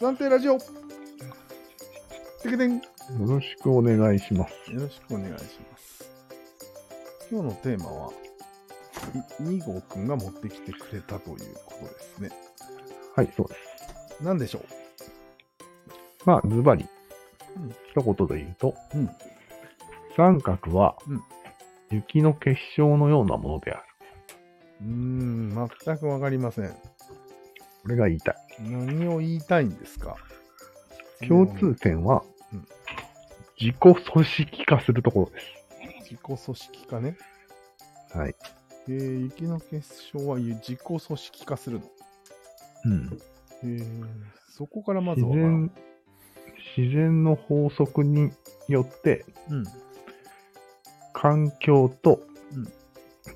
暫定ラジオてけてんよよろしくお願いします。ろしくお願いします今日のテーマは2号くんが持ってきてくれたということですねはい、そうです。何でしょまあ、ズバリうん、一言で言うと、ううん三角はうん、雪の結晶のようなものである。うーん全くわかりませんこれが言いたい。何を言いたいんですか共通点はうん、自己組織化するところで自己組織化ねす。はい。えー、雪の結晶は自己組織化するのうん。えー、そこからまず自わからん然、自然の法則によって、うん環境とうん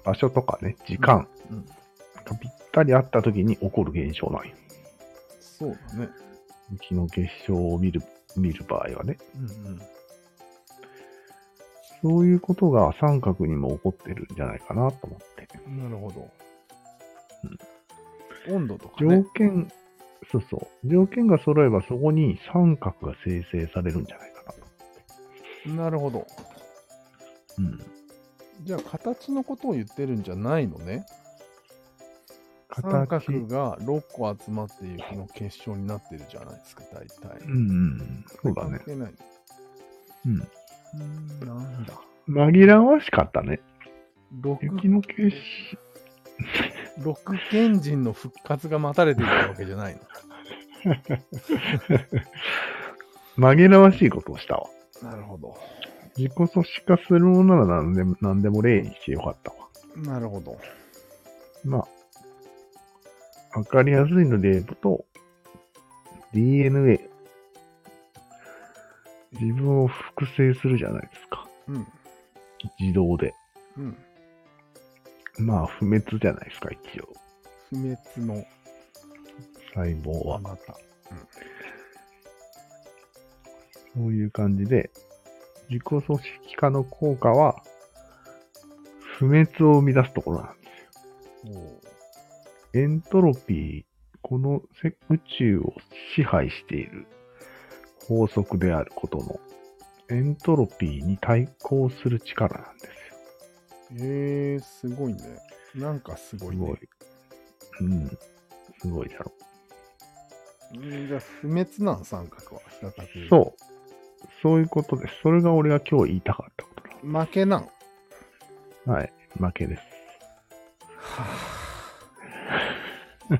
場所とかね、時間うんがぴったり合った時に起こる現象なんよ。そうだね雪の結晶を見る、見る場合はね。うんうんそういうことが三角にも起こってるんじゃないかなと思って。なるほど。温度とか条ね。件、そうそう。条件が揃えばそこに三角が生成されるんじゃないかなと。なるほど。うん。じゃあ、形のことを言ってるんじゃないのね。三形。角が6個集まって雪の結晶になってるじゃないですか、大体。うんうん。そうだね関。係ない。うん。うーん、なんだ。紛らわしかったね。雪 6, の結晶。六賢人の復活が待たれているわけじゃないの。紛らわしいことをしたわ。なるほど。自己組織化するものなら何でも何でも例にしてよかったわ。なるほど。まあ、わかりやすいので言うと、DNA。自分を複製するじゃないですか。うん。自動で。うん。まあ、不滅じゃないですか、一応。不滅の細胞あは。なた。そういう感じで、自己組織化の効果は、不滅を生み出すところなんでおうす。エントロピー、この世宇宙を支配している法則であることの、エントロピーに対抗する力なんですよ。えー、すごいね。なんかすごいすね。ごい。うん。すごいだろ。うんじゃあ、不滅なん、三角は。平たく言うとそう。そういうことです。それが俺が今日言いたかったこと負けなん。だ。はい。負けです。負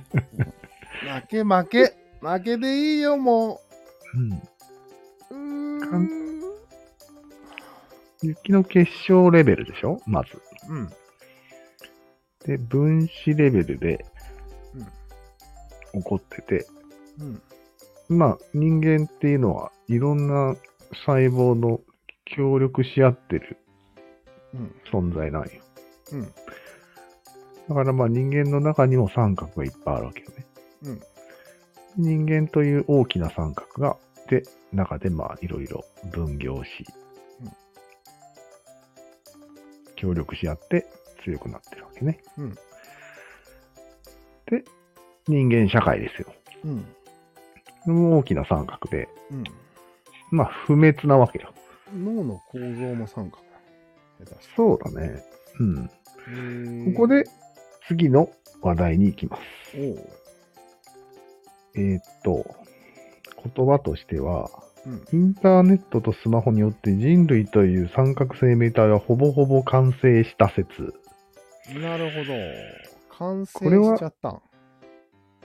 け負け。負けでいいよ、もうう。うん。ーかん。雪の結晶レベルでしょまず。うん。で、分子レベルで起こってて、うん。まあ人間っていうのはいろんな細胞の協力し合ってるうん。存在なんよ。うん。だからまあ人間の中にも三角がいっぱいあるわけよね。うん。人間という大きな三角が、で、中でまあいろいろ分業しうん、協力し合って強くなってるわけね。うんで、人間社会ですよ。うん。これも大きな三角で、うん。まあ不滅なわけよ。脳の構造も三角。下手しそうだね。うん。たここ。で次の話題に行きます。へーおう。えーっと、言葉としては、うん。インターネットとスマホによって人類という三角生命体はほぼほぼ完成した説。なるほど。完成これはしちゃったん。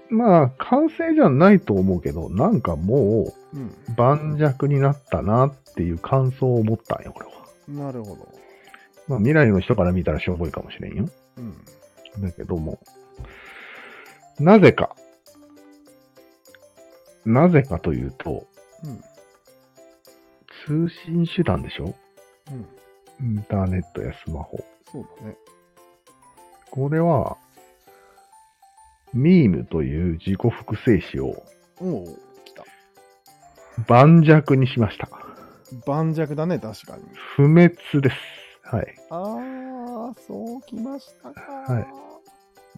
まあ、完成じゃないと思うけど、なんかもうん。う盤石になったなっていう感想を持ったんよ、これは。なるほど。まあ、未来の人から見たらしょぼいかもしれんよ。うん。だけども、なぜか、なぜかというと、うん。通信手段でしょうん。インターネットやスマホ。そうだね。これは、ミームという自己複製詞をおう。来た。盤石にしました。盤石だね、確かに。不滅です。はい。ああ、そうきましたか。はい。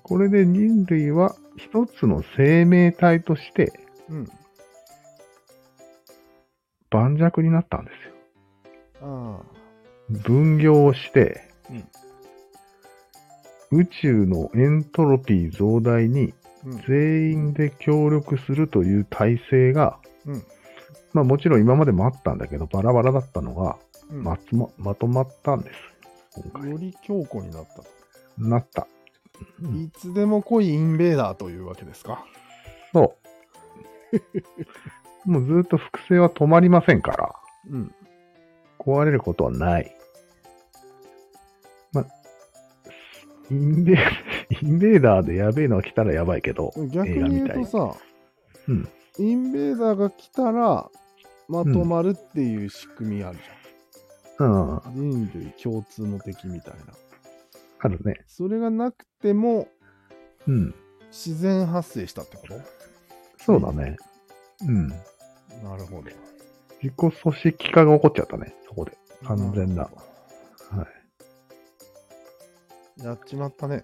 これで人類は一つの生命体としてうん。盤石になったんですあよ。分業をして、うん宇宙のエントロピー増大にあ。うん。全員で協力するという体制が、うんまあもちろん今までもあったんだけど、バラバラだったのが、うんまつま、まとまったんです。今回。より強固になったと。なった。うんいつでも来いインベーダーというわけですか。そう。もうずっと複製は止まりませんから、うん。壊れることはない。まあ、インベインベー ダーでやべえのが来たらやばいけど、逆に言うとさ、うんインベーダーが来たらまとまるっていう仕組みあるうん、あじゃん、人類共通の敵みたいなるね。それがなくてもうん、自然発生したってことそうだね。うん。なるほど自己組織化が起こっちゃったね、そこで。完全だなるほどはやっちまったね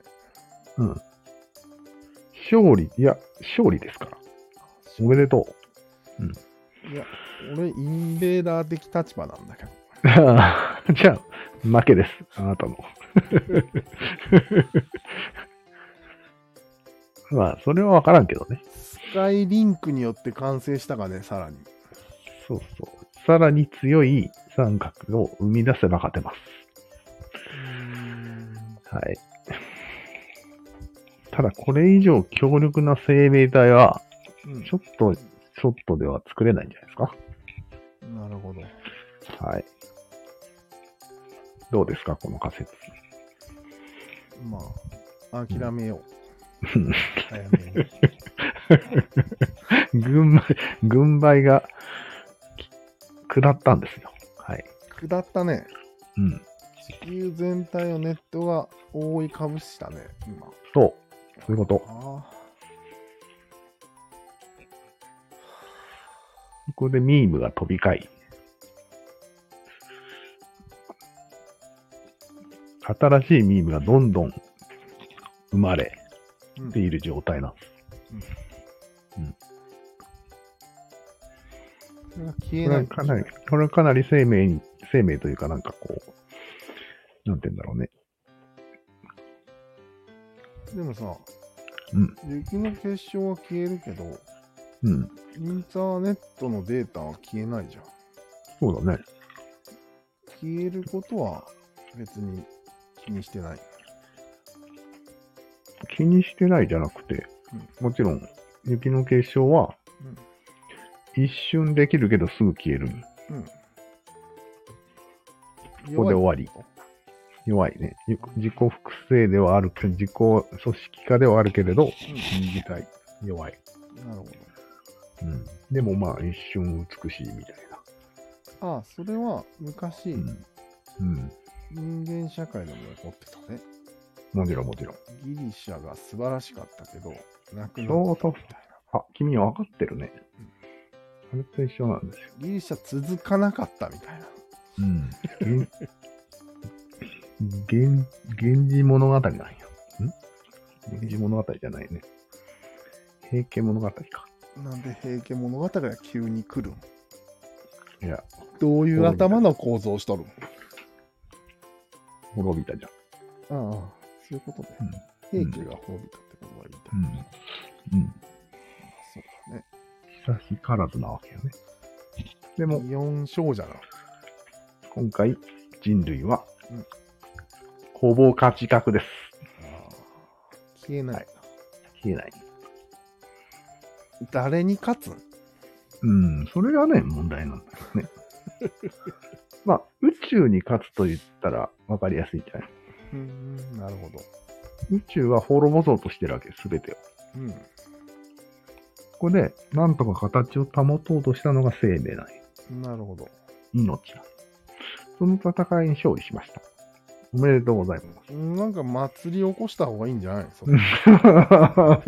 勝利、いや、勝利ですから。おめでとう。いや俺インベーダー的立場なんだけどじゃあ、負けです。あなたの。 まあ、それはわからんけどね。スカイリンクによって完成したがねさらにそうそう。さらに強い三角を生み出せば勝てます。はい。ただ、これ以上強力な生命体は、うんちょっと、ちょっとでは作れないんじゃないですか。なるほどはい。どうですか、この仮説。まあ諦めよううん早めに 軍配、軍配がき下ったんですよ。はい。下ったねうん。地球全体をネットが覆いかぶしたね今そう。そういうこと。ああここでミームが飛び交い。新しいミームがどんどん生まれうんている状態なんです。それが消えこれなはいかなり、これはかなり生命に、生命というかなんかこう、なんて言うんだろうね。でもさ、うん雪の結晶は消えるけどうん。インターネットのデータは消えないじゃんそうだね。消えることは別に気にしてない気にしてないじゃなくて、もちろん雪の結晶はうん一瞬できるけどすぐ消える。うんここで終わりり。弱いね。ゆ自己複製ではあるけど、自己組織化ではあるけれど、身体弱い。なるほうん。でもまあ一瞬美しいみたいどああそれは昔、な。うん。うん。人間社会でも起こってたねもちろんもちろん。ギリシャが素晴らしかったけどなくなそっうたそうみたいなあ、君は分かってるね。あれと一緒なんですよ。ギリシャ続かなかったみたいなうん。源源氏物語なんや。ん源氏物語じゃないね。平家物語か。なんで平家物語が急に来るんいや、どういう頭の構造をしとるん滅びたじゃん。ああ、そういうことね。うん平家が滅びたってことがいいんだ、うん。うん。そうだね。久しからずなわけよね。でも、イオン少女なの。今回、人類はうん、ほぼ価値格です。ああ消えない、はい消えない。誰に勝つんうん、それがね、問題なんだよね。 まあ、宇宙に勝つと言ったら分かりやすいんじゃないうん、なるほど。宇宙は滅ぼそうとしてるわけ、すべてを。うん。ここで、なんとか形を保とうとしたのが生命なんよなるほど。命なんよその戦いに勝利しました。おめでとうございます。うんなんか祭り起こした方がいいんじゃないそうんの フ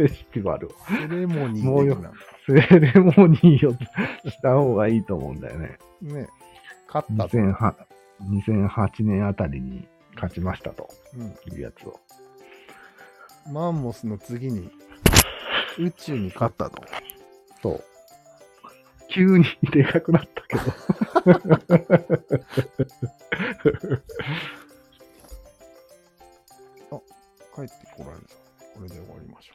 ェスティバルを。セレモニもーうよ的な。セレモニーをした方がいいと思うんだよね。ね。勝ったと。 2008, 2008年あたりに勝ちましたとうん。いうやつを。マンモスの次に、宇宙に勝ったと。そう。急にでかくなったけど。帰ってこられた。これで終わりましょ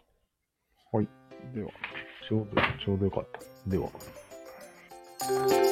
う。はい。では。ちょうど、ちょうどよかった。では。あ